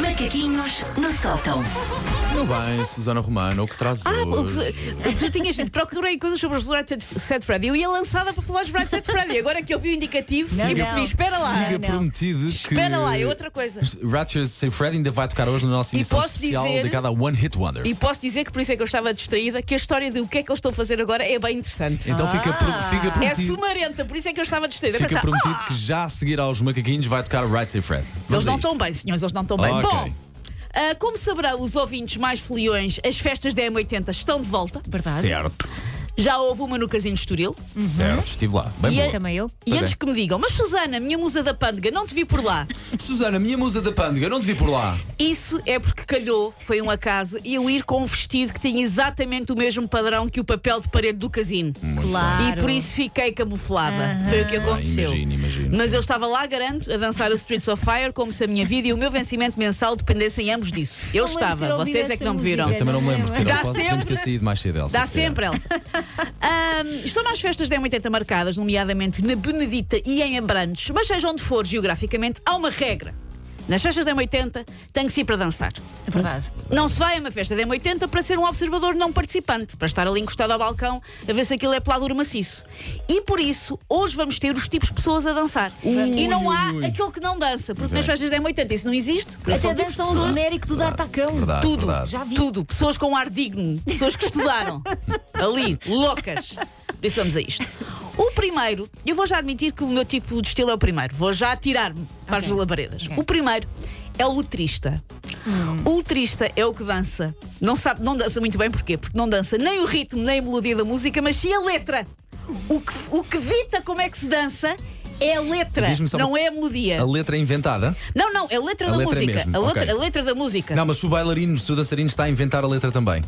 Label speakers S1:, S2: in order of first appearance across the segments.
S1: Macaquinhos no sótão.
S2: Muito bem, Susana Romano, o que traz
S3: Ah, o
S2: hoje?
S3: que- tu tinhas dito, procurei coisas sobre os Bright Set Freddy. Eu ia lançada para falar dos Bright Set Freddy. Agora que eu vi o indicativo
S4: Não,
S3: e percebi,
S4: não.
S3: espera lá.
S4: Não,
S2: Fica
S4: não.
S2: prometido que.
S3: Ah, Espera lá, é outra coisa.
S2: Ratchet Say Fred ainda vai tocar hoje na nossa
S3: E
S2: emissão
S3: posso
S2: especial
S3: dizer-
S2: dedicada a One Hit Wonders.
S3: E posso dizer que por isso é que eu estava distraída, que a história de o que é que eu estou a fazer agora é bem interessante.
S2: Então fica, pro- fica
S3: é
S2: prometido.
S3: sumarenta, por isso é que eu estava distraída.
S2: Fica
S3: Pensava,
S2: prometido
S3: "Ah,
S2: que já a seguir aos macaquinhos vai tocar Right Say Fred.
S3: Eles
S2: Vamos
S3: não
S2: a isto.
S3: estão bem, senhores, eles não estão bem.
S2: Ok.
S3: Bom, ah, como saberão os ouvintes mais foliões, as festas da M80 estão de volta.
S4: Verdade.
S2: Certo,
S3: Já houve uma no Casino de Estoril.
S2: certo, estive lá. Bem
S3: Uhum. E
S2: boa.
S3: a-
S4: Também eu.
S3: E
S2: Hum. Pois
S3: antes
S2: é.
S3: que me digam, mas Susana, minha musa da pândega, não te vi por lá.
S2: Susana, minha musa da pândega, eu não te vi por lá.
S3: Isso é porque calhou, foi um acaso, eu ir com um vestido que tinha exatamente o mesmo padrão que o papel de parede do casino.
S4: Claro.
S3: E por isso fiquei camuflada. Foi o que aconteceu.
S2: imagino, imagino,
S3: Mas
S2: sim.
S3: eu estava lá, garanto, a dançar o Streets of Fire como se a minha vida e o meu vencimento mensal dependessem ambos disso. Eu
S4: Não lembro de ter
S3: estava,
S4: ouvido
S3: vocês é que
S4: essa
S3: não me viram.
S4: música.
S2: Também não me lembro,
S4: Dá
S2: porque não posso-
S3: sempre-
S2: podemos ter saído mais cedo, Elsa.
S3: Dá
S2: se
S3: sempre,
S2: calhar.
S3: Elsa. Ahm, estão mais festas da M80 marcadas, nomeadamente na Benedita e em Abrantes, mas seja onde for geograficamente, há uma regra. Nas festas da M80 tem que se ir para dançar.
S4: É Verdade.
S3: Não se vai a uma festa da M80 para ser um observador não participante, para estar ali encostado ao balcão a ver se aquilo é peladura maciço. E por isso, hoje vamos ter os tipos de pessoas a dançar. e não há
S2: ui, ui.
S3: aquele que não dança, porque
S2: Ok.
S3: nas festas da M80 isso É não existe. porque
S4: Até
S3: são tipos de
S4: dançam
S3: pessoas.
S4: o genérico do D'Artacão.
S2: É Verdade,
S3: Tudo.
S2: verdade.
S4: Já vi.
S3: Tudo. Pessoas com ar digno, pessoas que estudaram. Ali, loucas. Por isso vamos a isto. O primeiro, eu vou já admitir que o meu tipo de estilo é o primeiro. Vou já tirar-me para as
S4: Ok.
S3: labaredas.
S4: Ok. Hum.
S3: O primeiro é o letrista. O letrista é o que dança. Não, sabe, não dança muito bem porquê? Porque não dança nem o ritmo, nem a melodia da música, mas sim a letra. O que, o que dita como é que se dança é a letra,
S2: Diz-me só uma-
S3: não é a melodia.
S2: A letra é inventada?
S3: Não, não, é a letra
S2: A
S3: da
S2: letra é
S3: música.
S2: mesmo,
S3: A, letra,
S2: ok.
S3: a letra da música.
S2: Não, mas se o bailarino, se o dançarino está a inventar a letra também.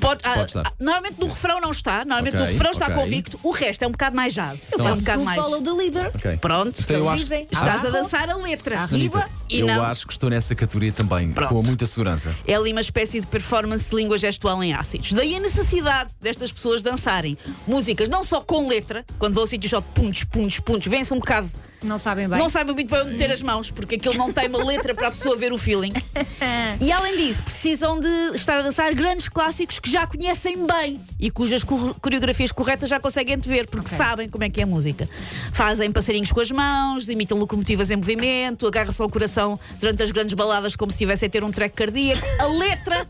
S3: Pode, ah,
S2: Pode estar.
S3: ah, normalmente no refrão não está, normalmente no
S2: Ok,
S3: refrão está
S2: ok.
S3: convicto, o resto é um bocado mais jazz.
S4: Eu
S3: é um
S4: faço
S3: bocado
S4: um
S3: mais.
S4: follow the leader.
S2: Ok.
S3: Pronto.
S2: Então eu
S4: Eles
S2: acho-
S4: dizem.
S3: Estás
S4: Ah,
S3: a dançar a letra.
S2: Anitta,
S3: Arriba e
S2: eu
S3: não.
S2: acho que estou nessa categoria também, com muita segurança.
S3: É ali uma espécie de performance de língua gestual em ácidos. Daí a necessidade destas pessoas dançarem músicas não só com letra, quando vão ao sítio só de puntos, puntos, puntos, vence um bocado.
S4: Não sabem bem.
S3: Não sabem muito bem onde meter as mãos, porque aquilo não tem uma letra para a pessoa ver o feeling. E além disso, precisam de estar a dançar grandes clássicos que já conhecem bem e cujas cor- coreografias corretas já conseguem ver, porque
S4: Ok.
S3: sabem como é que é a música. Fazem passarinhos com as mãos, imitam locomotivas em movimento, agarram-se ao coração durante as grandes baladas como se estivessem a ter um treco cardíaco. A letra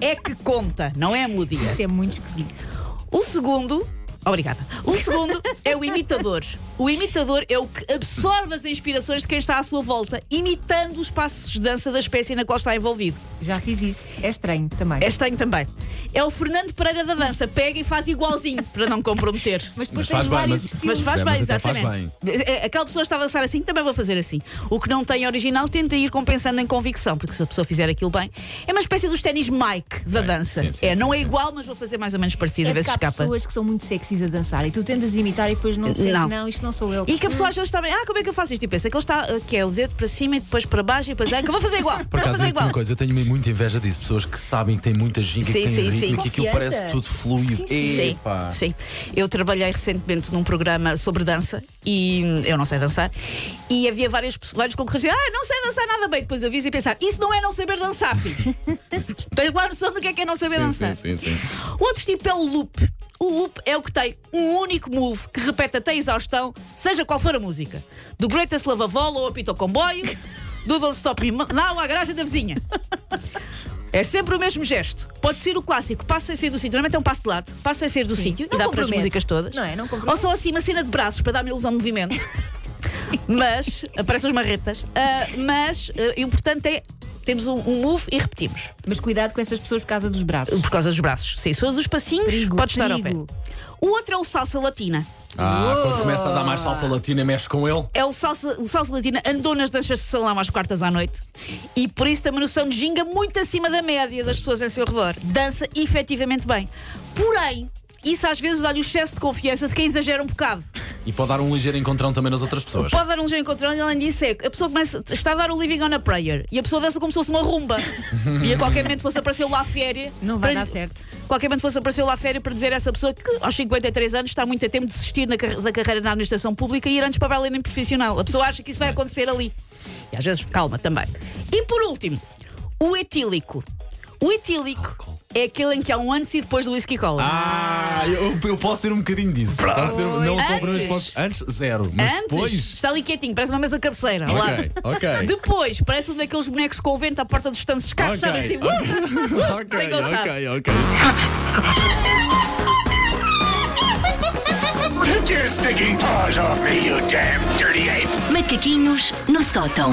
S3: é que conta, não é a melodia.
S4: Isso é muito esquisito.
S3: O segundo. Obrigada. O segundo é o imitador. O imitador é o que absorve as inspirações de quem está à sua volta, imitando os passos de dança da espécie na qual está envolvido.
S4: Já fiz isso. É estranho também.
S3: É estranho também. É o Fernando Pereira da dança. Pega e faz igualzinho, para não comprometer.
S4: Mas depois
S2: Mas faz
S4: tens
S2: bem,
S4: vários
S2: mas-
S4: estilos.
S3: Mas faz
S2: Mas
S3: bem,
S2: até faz
S3: exatamente. É, é, Aquela pessoa está a dançar assim, também vou fazer assim. O que não tem original tenta ir compensando em convicção, porque se a pessoa fizer aquilo bem, é uma espécie dos ténis Mike da
S2: Bem,
S3: dança.
S2: sim, sim,
S3: é,
S2: sim,
S3: não é
S2: sim.
S3: igual, mas vou fazer mais ou menos parecido,
S4: É
S3: a ver se
S4: porque há
S3: escapa.
S4: pessoas que são muito sexys a dançar e tu tentas imitar e depois não te sentes,
S3: Não.
S4: não, isto não sou eu.
S3: E que a pessoa às vezes está bem, ah, como é que eu faço isto? E pensa que ele está, ah, que é o dedo para cima e depois para baixo e depois, ah, que eu vou fazer igual.
S2: Por
S3: vou
S2: acaso,
S3: fazer
S2: eu tenho
S3: igual.
S2: uma coisa, eu tenho muita inveja disso. Pessoas que sabem que têm muita ginga,
S3: Sim,
S2: que têm
S3: sim,
S2: ritmo,
S3: sim.
S2: que aquilo
S4: Confiança.
S2: parece tudo fluido.
S4: Sim,
S3: Sim,
S2: Epá.
S3: sim. Eu trabalhei recentemente num programa sobre dança e hum, eu não sei dançar. E havia várias pessoas, vários concorrentes que diziam, ah, não sei dançar nada bem. Depois eu vi e pensar, isso não é não saber dançar, filho. Tens lá noção do que é que é não saber dançar.
S2: sim, sim, sim.
S3: O outro tipo é o loop. O loop é o que tem um único move que repete até a exaustão, seja qual for a música. Do Greatest Love of All ao Apito ao Comboio, do Don't Stop Me Now à garagem da vizinha. É sempre o mesmo gesto. Pode ser o clássico, passa sem ser do sítio. Normalmente é um passo de lado, passa sem ser do sítio e
S4: Não
S3: dá para as
S4: compromete.
S3: músicas todas.
S4: Não é? Não compromete.
S3: Ou só assim uma cena de braços para dar uma ilusão de movimento. mas, aparecem as marretas. Ah, mas ah, o importante é, temos um- um move e repetimos.
S4: Mas cuidado com essas pessoas por causa dos braços.
S3: Por causa dos braços. Sim, sou dos passinhos,
S4: Perigo,
S3: pode estar ao
S4: perigo.
S3: pé. O outro é o salsa latina.
S2: Ah, quando começa a dar mais salsa latina, mexe com ele.
S3: É o salsa, o salsa latina andou nas danças de salão às quartas à noite e por isso tem uma noção de ginga muito acima da média das pessoas em seu redor. Dança efetivamente bem. Porém, isso às vezes dá-lhe o excesso de confiança de quem exagera um bocado.
S2: E pode dar um ligeiro encontrão também nas outras pessoas.
S3: Pode dar um jeito encontrão e além disso é que a pessoa começa, está a dar o living on a prayer e a pessoa dança como se fosse uma rumba e a qualquer momento fosse aparecer lá a férias.
S4: Não vai dar certo.
S3: Qualquer momento fosse aparecer lá à férias para dizer a essa pessoa que aos 53 anos está muito a tempo de desistir na carre- da carreira na administração pública e ir antes para bailarina profissional. A pessoa acha que isso vai acontecer ali. E às vezes, calma também. E por último, O etílico. O etílico
S2: Álcool.
S3: é aquele em que há um antes e depois do whisky cola.
S2: Ah, eu, eu posso ter um bocadinho disso. Posso ter um- não sobre
S4: Antes.
S2: mas posso. Antes, zero. Mas
S3: antes
S2: depois.
S3: está ali quietinho, parece uma mesa de cabeceira. ao lado.
S2: Ok, ok.
S3: Depois, parece um daqueles bonecos com o vento à porta dos tantos de carros,
S2: Ok,
S3: sabe assim?
S2: ok.
S3: Sem gozar.
S2: ok, ok, ok.
S1: Take your stinking paws off me, you damn dirty ape!
S5: Macaquinhos no sótão.